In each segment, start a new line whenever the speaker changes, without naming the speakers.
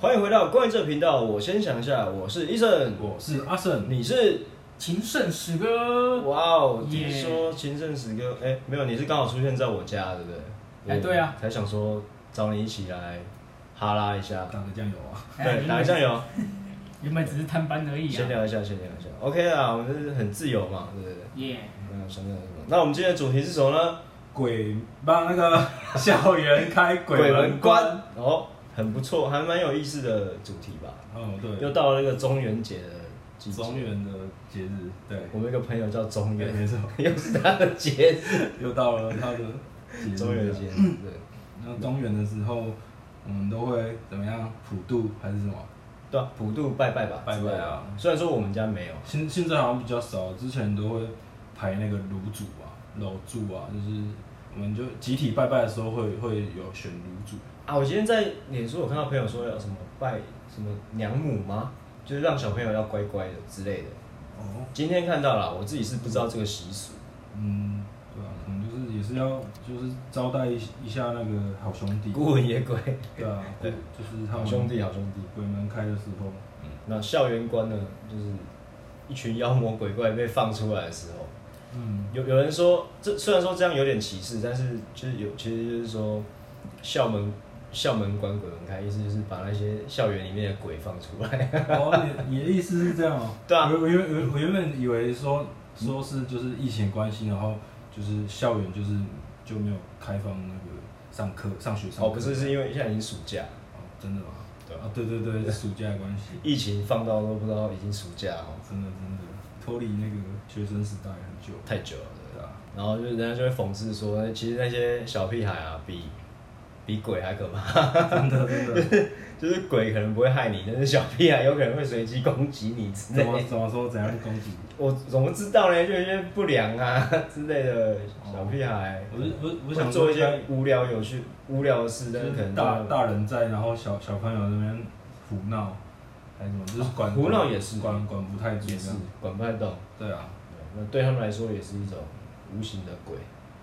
欢迎回到关于这个频道，我先想一下，我是医生，
我是阿胜，
你是
情圣史哥。
哇哦，
耶
你说情圣史哥，哎、没有，你是刚好出现在我家，对不对？
哎
我
对啊，
才想说找你一起来哈拉一下，
打个酱油啊！
哎
对，打一下油，
原本只是探班而已
闲
啊。
聊一下，闲聊一下，OK 啊，我们就是很自由嘛，对不对？
耶，
嗯，想想什么？那我们今天的主题是什么呢？
鬼帮那个校园开鬼门关。
哦，很不错，还蛮有意思的主题吧。
哦，
又
对，
到了那个中元节的季节，
中元的节日，对，
我们一个朋友叫中元，
没错，
又是他的节日，
又到了他的节日。
中元节，。对，
那中元的时候，我们都会怎么样普渡还是什么？
对啊，普渡拜拜吧，
拜拜啊
之类的虽然说我们家没有，
现现在好像比较少，之前都会排那个炉主啊、楼主啊，就是我们就集体拜拜的时候会会有选炉主。
啊，我今天在脸书有看到朋友说要什么拜什么娘母吗？就是让小朋友要乖乖的之类的。
哦，
今天看到了，我自己是不知道这个习俗。
嗯，对啊，可能就是也是要就是招待一一下那个好兄弟，
孤魂野鬼，
对啊，
对
就是他
好
们
兄弟，好兄弟。
鬼门开的时候，
那校园观呢，就是一群妖魔鬼怪被放出来的时候，
嗯，
有有人说，这虽然说这样有点歧视，但是就是有，其实就是说，校门校门关鬼门开，意思就是把那些校园里面的鬼放出 来。
哦，你你的意思是这样哦？
对啊
我我原我我原本以为说说是就是疫情关系，然后就是校园就是就没有开放那个上课上学上
哦，
课，
不是，是因为现在已经暑假，
哦，真的吗？
对
啊，对对对，暑假的关系，
疫情放到都不知道已经暑假哦，
真的真的脱离那个学生时代很久，
太久了。对
对啊，
然后就是人家就会讽刺说，哎其实那些小屁孩啊，比比鬼还可怕。
真的真的，
就是鬼可能不会害你，但是小屁孩有可能会随机攻击你之类
怎么
的。
怎么说怎样攻击？
我怎么知道呢？就一些不良啊 之类的小屁孩，
我是我是我
会
想
做
说
一
应该
些无聊有趣、无聊的事，
就
但是可
是
能
大
就
大人在，然后小小朋友那边胡闹，还是什么，就是管
哦胡闹也是
管管不太住
也是
这样。
管不太动。
对啊，
那对他们来说也是一种无形的鬼，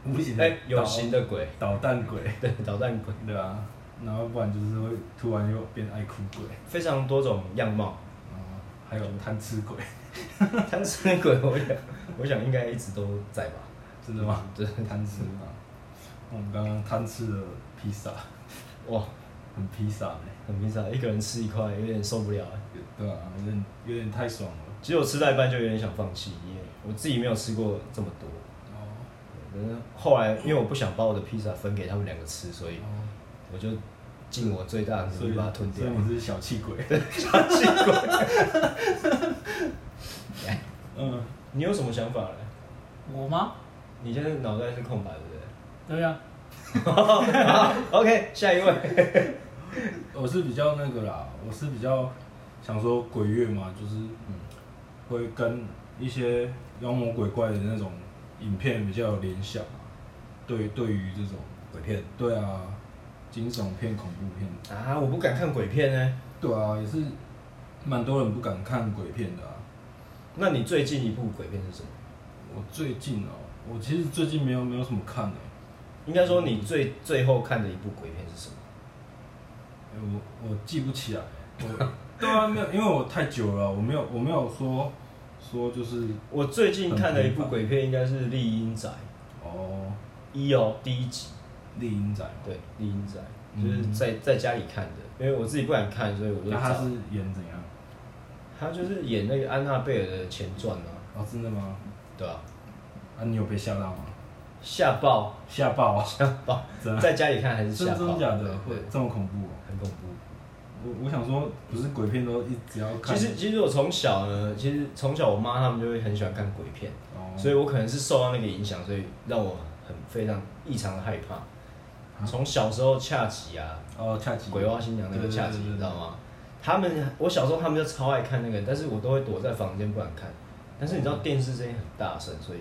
无形的
哎， 有形的鬼，
捣蛋鬼，
对，捣蛋鬼，
对啊，然后不然就是会突然又变爱哭鬼，
非常多种样貌。
然后还有贪吃鬼，
贪吃的鬼，我想，我想应该一直都在吧。
真的吗？
对，
贪吃啊！我们刚刚贪吃了披萨，
哇，
很披萨嘞，
很平常，一个人吃一块，有点受不了、欸。
对啊，有点有点太爽了。
其实我吃到一半就有点想放弃，因为我自己没有吃过这么多。
哦
但是后来因为我不想把我的披萨分给他们两个吃，所以
哦，
我就尽我最大的
所
努
以
力把它吞掉
所以。你是小气鬼。
奇怪，
嗯，
你有什么想法呢？
我吗？
你现在脑袋是空白，对不对？
对啊，
好，OK，下一 位。
我是比较那个啦，我是比较想说鬼月嘛，就是
嗯
会跟一些妖魔鬼怪的那种影片比较有联想啊。对，对于这种，
鬼片
对啊，惊悚片、恐怖片，
啊，我不敢看鬼片呢。
对啊，也是蛮多人不敢看鬼片的啊。
那你最近一部鬼片是什么？
我最近哦，我其实最近没有没有什么看诶、
应该说你最最后看的一部鬼片是什么？
欸我我记不起来、我对啊，没有，因为我太久了，我没有我没有说说就是
我最近看的一部鬼片应该是《丽英仔》
哦，
一哦，第一集。
丽英仔嘛，
对，《丽英仔》
嗯
就是在在家里看的，因为我自己不敢看，所以我就
那他
找
是演怎样？
他就是演那个安娜贝尔的前传啊，
哦，真的吗？
对吧、啊？
啊，你有被吓到吗？
吓爆，
吓爆啊！
吓爆，
真的
在家里看还是
真
吓
真
爆，
的假的？
对
会
对
这么恐怖、哦？
很恐怖。
我我想说，不是鬼片都一直要看，
其实其实我从小呢，其实从小我妈他们就会很喜欢看鬼片，
哦，
所以我可能是受到那个影响，所以让我很非常异常的害怕。
啊
从小时候恰吉啊，
哦，恰吉
鬼娃新娘那个恰吉，
对对对对
你知道吗？他们我小时候他们就超爱看那个，但是我都会躲在房间不敢看。但是你知道电视声音很大声，所以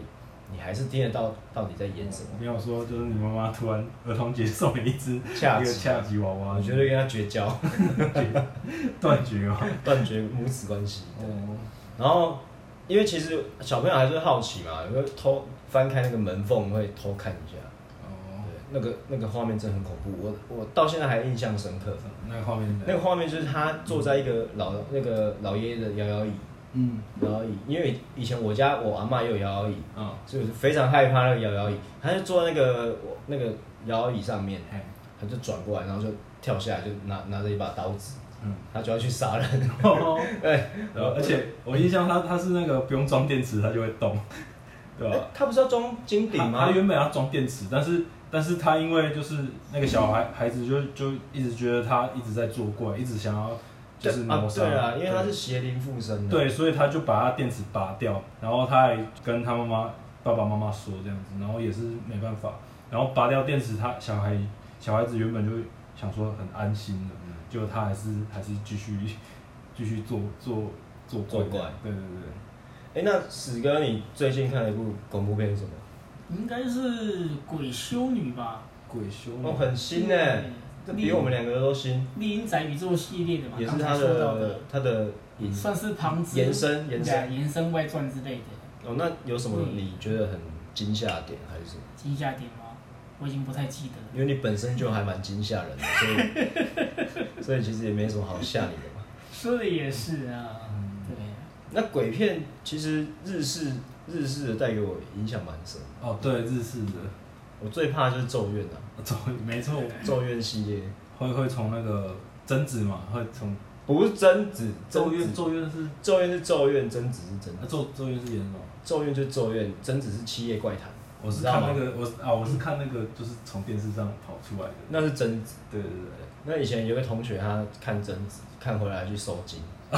你还是听得到到底在演什么。
没有说，就是你妈妈突然儿童节送你一只
恰
一个
吉
恰吉娃娃，
我觉得跟他绝 交，
得断绝 哦嘛。
断绝母子关系。对
哦，
然后，因为其实小朋友还是会好奇嘛，有时候偷翻开那个门缝会偷看一下。
哦，
对，那个那个画面真的很恐怖，我我到现在还印象深刻。
那个画面
那个画面就是他坐在一个老那个老爷爷的摇摇椅，
嗯
摇摇椅，因为以前我家我阿嬷也有摇摇椅，
啊，
所以我就非常害怕那个摇摇椅。他就坐在那个我那个摇摇椅上面，
嘿
他就转过来，然后就跳下来，就拿拿着一把刀子，
嗯，
他就要去杀人。对，
然啊后而且我印象它它是那个不用装电池它就会动， 对啊吧？
他不是要装金顶
它
吗
它？原本要装电池，但是但是他因为就是那个小孩孩子就就一直觉得他一直在作怪，一直想要就是
啊
谋，杀、
对啊，因为他是邪灵附身的。
对，所以他就把他电池拔掉，然后他还跟他妈妈爸爸妈妈说这样子，然后也是没办法，然后拔掉电池，他小孩小孩子原本就想说很安心了，
嗯，
结果他还是还是继续继续做做做
作怪
对对对，
哎，那史哥，你最近看了一部恐怖片是什么？
应该是鬼修女吧？
鬼修
嗯
女
哦，很新呢、这比我们两个都新，
丽英宅宇宙系列的嘛，
也是
刚
他
才说到的
的，他的影
算是旁支
延伸延
对啊
伸。
延伸外传之类的
哦，那有什么
嗯
你觉得很惊吓的点还是什么？
惊吓点吗？我已经不太记得了。
因为你本身就还蛮惊吓人的，所以所 以其实也没什么好吓你的嘛。
说的也是啊，对啊，
那鬼片其实日式日式的带给我影响蛮深，
哦对日式的，
我最怕就是咒怨啊，
终于没错，
咒怨系列
会会从那个贞子嘛，会从
不是贞子，
咒
咒
怨
怨
咒怨是
咒怨是咒怨，贞子是贞
啊
子，
咒咒怨是演什么？
咒怨就是咒怨，贞子是七夜怪谈，
我是
知道
看
吗
那个我是啊我是看那个就是从电视上跑出来的，
那是贞子。
对对对。
那以前有个同学他看贞子，看回来去收金，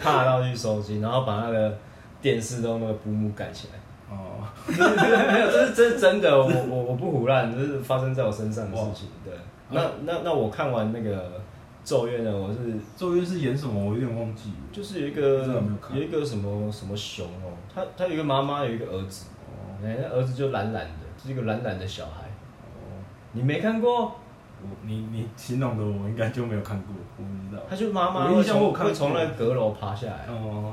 怕到去收金，然后把那个电视都那个布幕盖起来。
哦，
没有，这是这是真的，我我我不胡乱，这是发生在我身上的事情。
啊
对，那那那我看完那个《咒怨》呢，我是
咒怨是演什么？我有点忘记了。
就是有一
不知
个
道有没有看
有一个什么什么熊哦，他他有一个妈妈，有一个儿子，
哦
哎、那儿子就懒懒的，是一个懒懒的小孩。
哦，
你没看过？
我你你形容的我应该就没有看过，我不知道。
他就妈妈
我印
会
象
从
我看过
会从那个阁楼爬下来，
哦，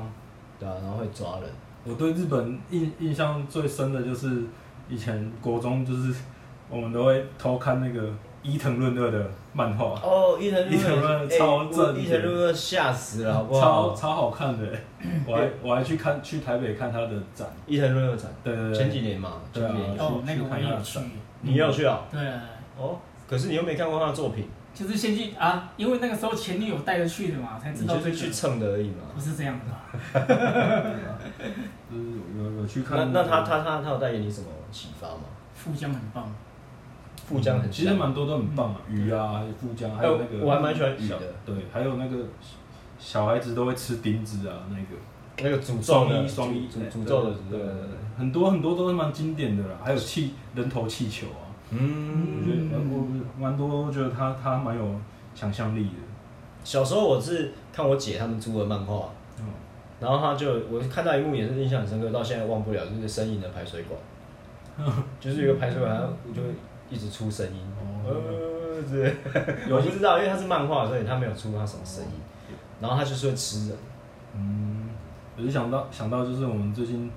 对啊，然后会抓人。
我对日本印印象最深的就是以前国中就是我们都会偷看那个伊藤润二的漫画，
哦，伊藤
伊藤润二
哎
超
我
正的
伊藤润二吓死了，好不
超
好？
超好 看的。我还我还去看去台北看他的展，
伊藤润二展，
对对对，
前几年嘛，前
对啊
几年有
去
哦，那个我也有
去
去
看，
你要去啊？
对啊，
哦，可是你又没看过他的作品，
就是先去啊，因为那个时候前女友带着去的嘛，才知
你
道
就
这
是去
个
蹭的而已
不
嘛。
是这样的啊吧？
就是有有有去
那
看。
那他他他他有带给你什么启发吗？
富江很棒，
富江很
嗯其实
香
蛮多都很棒啊，鱼啊，富江，还有那个
我还蛮喜欢鱼
小
的，
对，还有那个小孩子都会吃钉子啊，那个
那个诅咒
双
的
一双一
诅诅咒的，
对对对
对，
很多很多都是蛮经典的啦，还有气人头气球啊，我
嗯。
觉得呃我蛮多都觉得他他蛮有想象力的，
小时候我是看我姐他们租的漫画，
嗯，
然后他就我看到一幕也是印象很深刻，到现在忘不了，就是呻吟的排水 管，就是有一个排水管，它就一直出声音，
哦
呃，对，
有
我不知道，因为它是漫画，所以它没有出它什么声音，然后它就是会吃人。
嗯，我就想到想到就是我们最近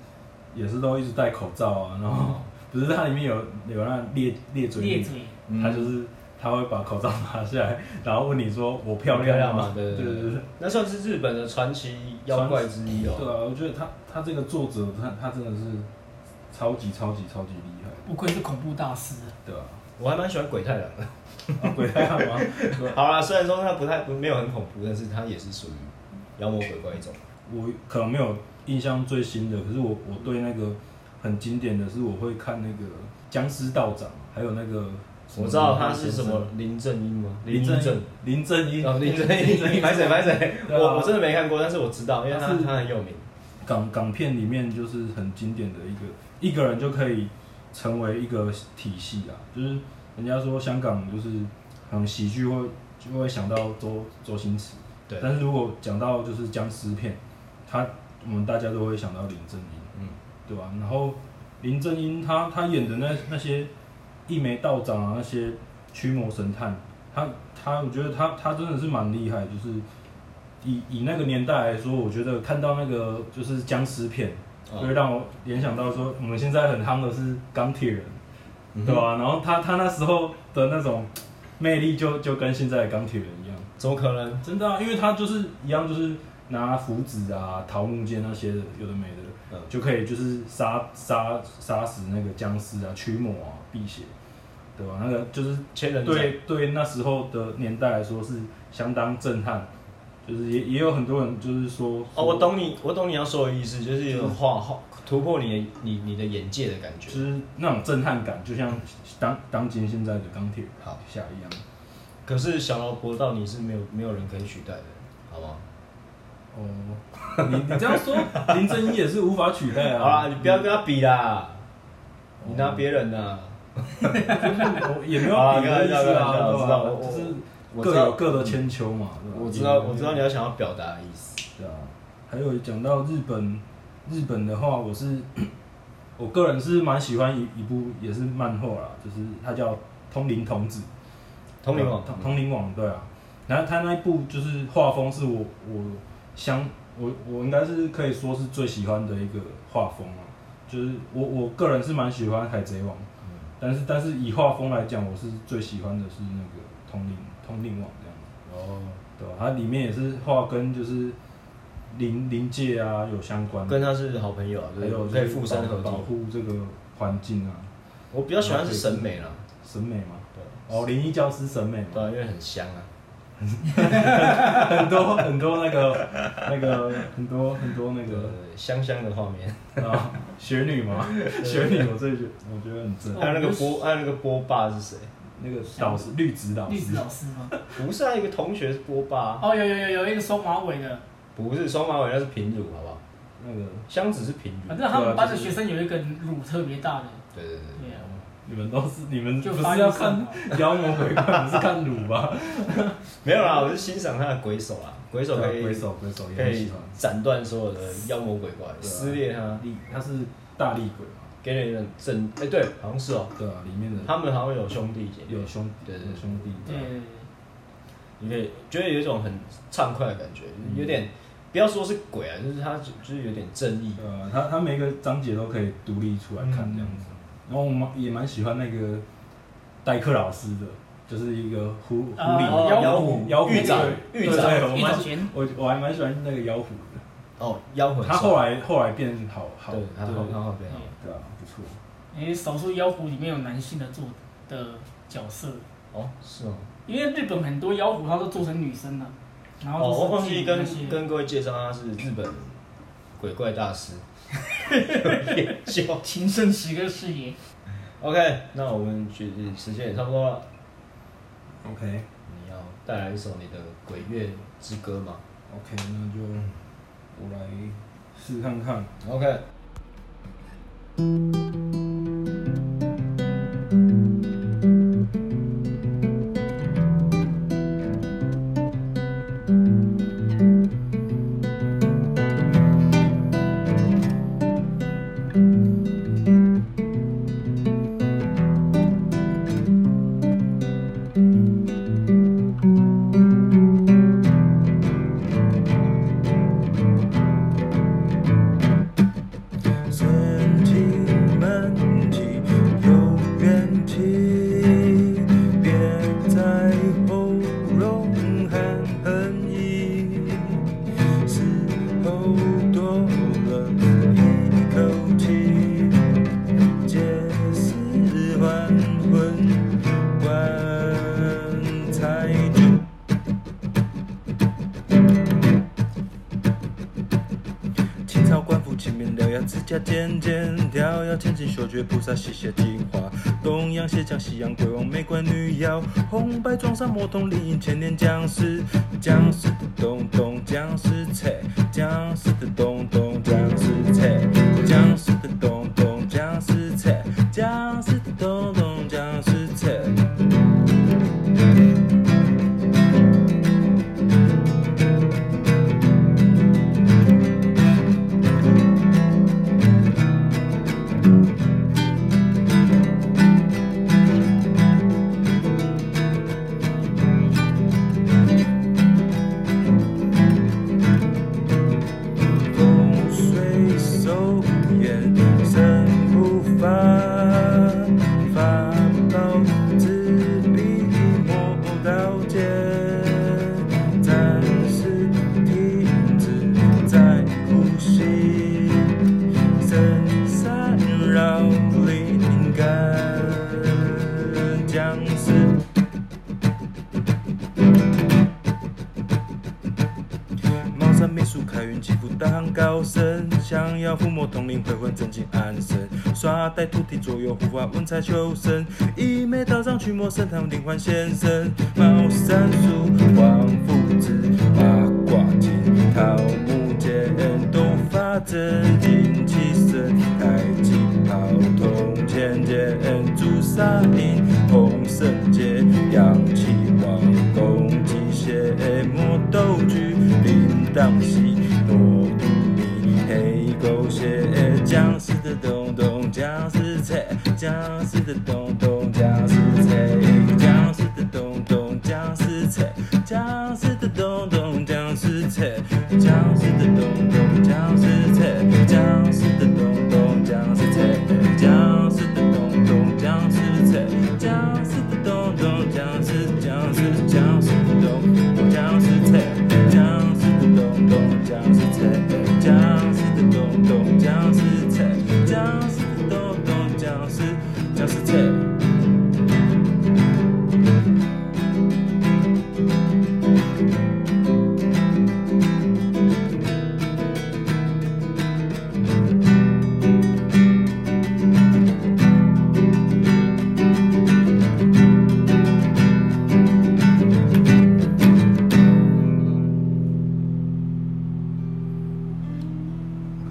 也是都一直戴口罩啊，然后 不是它里面有有那裂裂嘴女
嗯裂嘴，
嗯
他就是他会把口罩拿下来，然后问你说我漂
漂
亮
亮
吗
嘛？，
对
对
嗯对对。
那算是日本的传奇妖怪之一
对
哦。
啊，我觉得他他这个作者，他他真的是超级超级超级厉害，
不愧是恐怖大师。啊
对吧、
我还蛮喜欢鬼太郎的。
啊？鬼太郎吗？对啊
好啦，虽然说它不太不没有很恐怖，但是它也是属于妖魔鬼怪一种。
我可能没有印象最新的，可是我我对那个很经典的是，我会看那个僵尸道长，还有那个什么
我知道它是什么林正英吗？
林正英林正 英
哦，林正英，白水白水，
对啊
我我真的没看过，但是我知道，因为它
他是
它很有名。
港港片里面就是很经典的一个，一个人就可以成为一个体系啊，就是人家说香港就是很喜剧会就会想到周周星驰，
对，
但是如果讲到就是僵尸片，他我们大家都会想到林正英，
嗯，
对吧、然后林正英他他演的那那些一眉道长啊，那些驱魔神探，他他我觉得他他真的是蛮厉害，就是以以那个年代来说，我觉得看到那个就是僵尸片，就会
哦
让我联想到说，我们现在很夯的是钢铁人，
嗯
对吧、然后他他那时候的那种魅力就就跟现在的钢铁人一样，
怎么可能？
真的啊，因为他就是一样，就是拿符纸啊、桃木剑那些的，有的没的，
嗯，
就可以就是杀杀杀死那个僵尸啊、驱魔啊、辟邪，对吧、那个就是
千人斩，
对对那时候的年代来说是相当震撼，就是也也有很多人就是说
哦，我，懂你，我懂你要说的意思，就是有种画画突破你的你你的眼界的感觉
就。是那种震撼感，就像当当今现在的钢铁
好，
侠一样。
可是小劳勃道你是没有没有人可以取代的，好吗？
哦，你你这样说，林正英也是无法取代啊。
好啦，你不要跟他比啦，你拿别人呐。
我也没有
好啦
比的意思啊，
开玩笑开玩笑
对
我知
吧
道我
就是
我
各
知
有
道，
各的千秋嘛，对吧
我知道，
也
我知道你要想要表达的意思。
对啊。还有讲到日本，日本的话，我是 我个人是蛮喜欢一一部也是漫画啦，就是它叫《通灵童子》。
通灵网，
通灵网对啊。然后他那一部就是画风是我我相我我应该是可以说是最喜欢的一个画风啊，就是我我个人是蛮喜欢海贼王，
嗯
但是但是以画风来讲，我是最喜欢的是那个通灵通灵网这样子，
哦，
对吧、它里面也是画跟就是灵灵界啊有相关的，
跟他是好朋友啊，
还
对，
有
可以
就是
附身合
保保
体。
护这个环境啊，
我比较喜欢是审美啦，
审美嘛，
对，
哦，灵异教师审美嘛
对，啊，因为很香啊。
很多很多那个那个很多很多那
对
个。
香香的画面，
啊，雪女嘛，雪女我最觉我觉得很正
哦。
还有那个波，还有那个波霸是谁？
那个导师绿植导
栗
师
子，老师吗？
不是啊，一个同学是波霸啊，
哦，有有有有一个双马尾的，
不是双马尾，那是平乳，好不好？
那个
香子是平乳
反。正他们班的学生有一个乳特别大的，
对对对
嗯
对啊，
你们都是你们
就
不
发
是
育啊
要
很
看
好。
妖魔鬼怪，你是看乳吧？
没有啦，我是欣赏他的鬼手啦，鬼手可
对啊
以
鬼手鬼手也
可
很喜
以
欢。
斩断所有的妖魔鬼怪，
对啊
撕裂他，
力他是大力鬼嘛？
给人一种震。哎，对，好像是哦，
对啊，里面的
他们好像有兄弟姐妹
有，兄弟
对对
有兄弟，
对
嗯
对对，
你可以觉得有一种很畅快的感觉，有
嗯
点不要说是鬼啊，就是他就是有点正义。
呃，他他每个章节都可以独立出来看这样子。嗯然后我蛮也蛮喜欢那个代课老师的，就是一个狐狐
啊
狸
妖
狐
妖狐
狱长
对
哦狱长
对我
一
蛮
种钱，
我我还蛮喜欢那个妖狐的，
哦，妖魂手。
他后来后来变好好，
对，他后
对
他后边好。
对啊，不错。
因为少数妖狐里面有男性的做的角色，
哦，是哦。
因为日本很多妖狐它都做成女生了，啊然
哦，我
后就
忘
是
记
妓女
跟
那些
跟各位介绍，他是日本鬼怪大 师。有研究。
情圣十个誓言，
OK，那我们觉得时间也差不多了。
OK
你要带来一首你的鬼乐之歌吗
OK，那就我来试看看。
？OK，
身体、闷体、有怨体，别在喉咙含恨意。时候多了一口气，借尸还魂，棺材中。清朝官府前面獠牙，指甲尖尖，跳跃前进，嗅觉菩萨吸血精华。东洋鞋匠，西洋鬼王，美冠女妖，红白撞上魔童，灵隐千年僵尸，僵尸的东东，僵尸菜，僵尸的东东，僵尸菜，僵尸的东东，僵尸菜，僵尸的东东，僵尸菜。看民俗开运，祈福当高僧。想要抚摸通灵，回魂镇静安神。刷带土地左右护法，文财求生。一眉道长驱魔神堂，灵幻现身。茅山术，黄符子，八卦镜，桃木剑，东法阵，精气神，太极炮，通天剑，朱砂印，洪圣剑，阳气王宫，极限，魔斗剧，铃铛戏，诺杜比，黑狗血，僵尸的东东，僵尸菜，僵尸的东东，僵尸菜，僵尸的东东，僵尸菜，僵尸的东东，僵尸菜，僵尸的东东，僵尸菜，僵尸的东东，僵尸菜，僵尸的东东，僵尸菜，僵尸的东东，僵尸，僵尸，僵尸的东东，僵尸菜，僵尸的东东，僵尸菜，僵尸的东东，僵尸菜，僵尸的东东，僵尸，僵尸菜。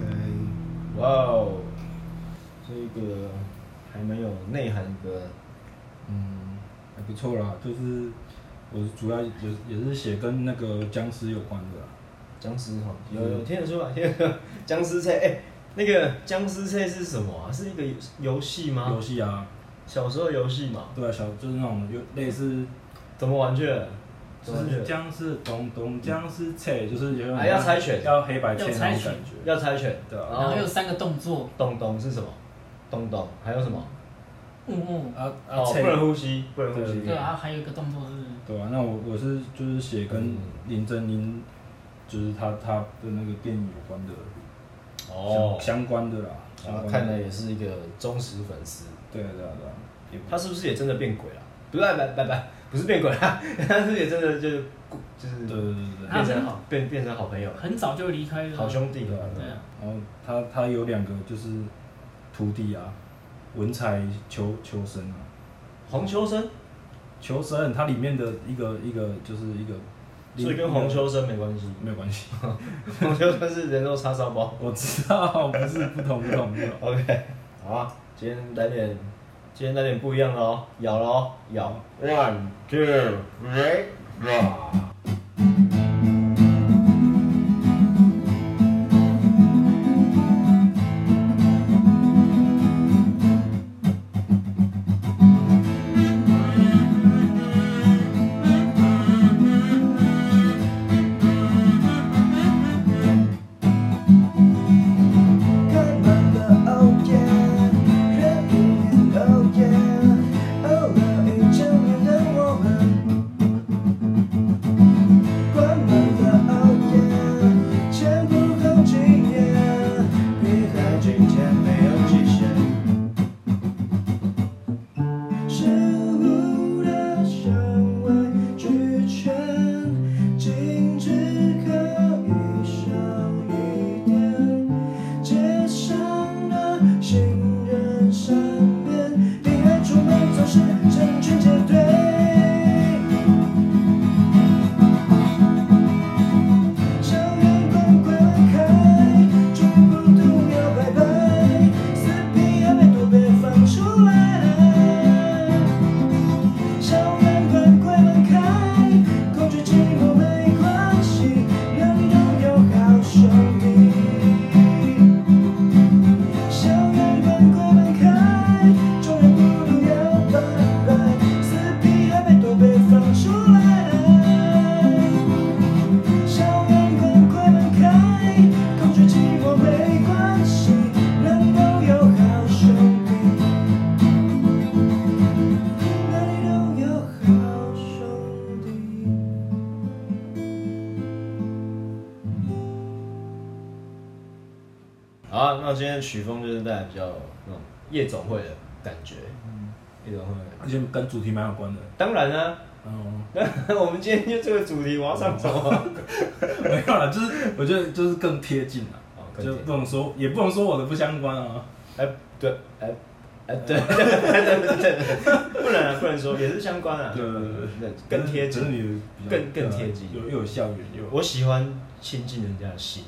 哎
OK，哇哦，这个还蛮有内涵的歌，
嗯，还不错啦，就是我主要也也是写跟那个僵尸有关的啦。
僵尸哈，有有听得出来，听得出来僵尸菜，哎、那个僵尸菜是什么啊？是一个游游戏吗
游？戏啊，
小时候游戏嘛，
对啊，小就是那种有类似
怎么玩去了？怎么
就
玩去
是
了？
僵尸咚咚僵尸菜，就是有
啊要猜拳
要黑白切
要
那
猜
种
拳
感觉。
要猜拳，
对啊
然
然后
后
有三个动作，
咚咚是什么？咚咚还有什么？
嗯嗯，
啊啊
哦，
菜
不能呼吸，不能呼吸。
对啊，然后还有一个动作是
对啊，那我我是就是写跟
嗯
林正英，就是他他的那个电影有关的
哦
相，相关的啦，相
啊
关的
看来也是一个忠实粉丝。
对啊对啊对啊，也不
他是不是也真的变鬼了？不是，拜拜拜，不是变鬼啦，他是不是也真的就是就是
对对对对对。
变
啊很
成
好
变变成好朋友了，
很早就离开了，
好兄弟了。
对啊，
然后他他有两个就是徒弟啊，文才求求生啊，
黄秋生，
求生它里面的一个一个就是一个，
所以跟黄秋生没关系。
没有关系，
黄秋生是人肉叉烧包。
我知道不是不同不同不同，
OK，好啊，今天来点，今天来点不一样的哦，咬喽，咬，one two three go。
开满了哦耶，人影哦耶，哦了已成年的我们。关门了哦耶，前赴后继耶，碧海之间没有极限。植物的香味俱全，静止可以少一点。街上的行人善变，你爱出门总是成群结队。校园门快开，逐步都要拜拜，四平还没多被放出来。校园门快门开，恐惧寂寞没关系，能拥有好兄弟。校园门快门开，众人不如要拜拜，四平还没多被放出来。校园门快门开，恐惧寂寞没关系，能够有好兄弟，能够有好兄弟。
好啊，那今天的曲风就是带来比较那种嗯夜总会的感觉，夜总会的感觉。
而且跟主题蛮有关的，
当然啊，
嗯，
我们今天就这个主题往上走啊。
没有啦，就是我觉得就是更贴近
啊
了，
哦
就不能说也不能说我的不相关啊。
哎，对，哎，哎， 对，对对对对，不能啊，不能说，也是相关啊，
对对对
对，更贴
只是
近。
你比较
更更
对啊
贴近
又又有校园又
我喜欢亲近人家的心，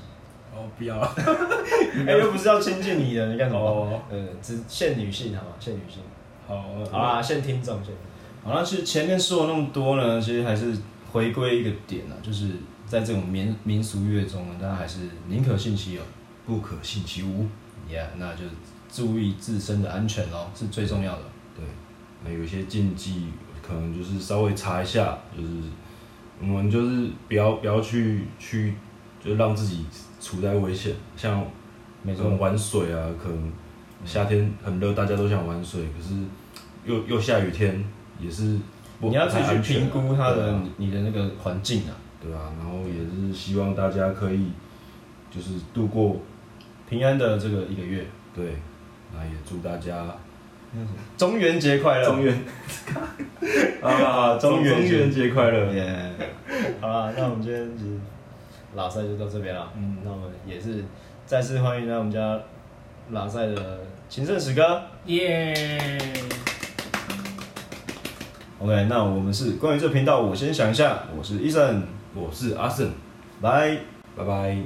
哦不要，
哎，又不是要亲近你的，你干什么
哦？
呃，只限女性好吗？限女性。
好
好啦，限听众，限听众。嗯好啦，其实前面说了那么多呢，其实还是回归一个点啊，就是在这种民民俗乐中呢，大家还是宁可信其有，不可信其无。Yeah，那就注意自身的安全咯，是最重要的。
对，那有一些禁忌可能就是稍微查一下，就是我们就是不要不要去去，就让自己处在危险，像
没
可
错
能，玩水啊，可能夏天很热，大家都想玩水，可是又又下雨天，也是不
你要自己
不太
去
安全啊
评估它
对
的
啊
你你的那个环境啊，
对啊，然后也是希望大家可以就是度过
平安的这个一个月。
对，那也祝大家
中元节快乐！
中元啊，
中元
中
节
元节快乐！
耶， 好了，那我们今天就是拉塞就到这边了。
嗯，
嗯那我们也是再次欢迎来我们家拉塞的情圣史歌。
耶、
OK，那我们是关于这频道，我先想一下，我是医生，
我是阿胜，
拜。
拜拜。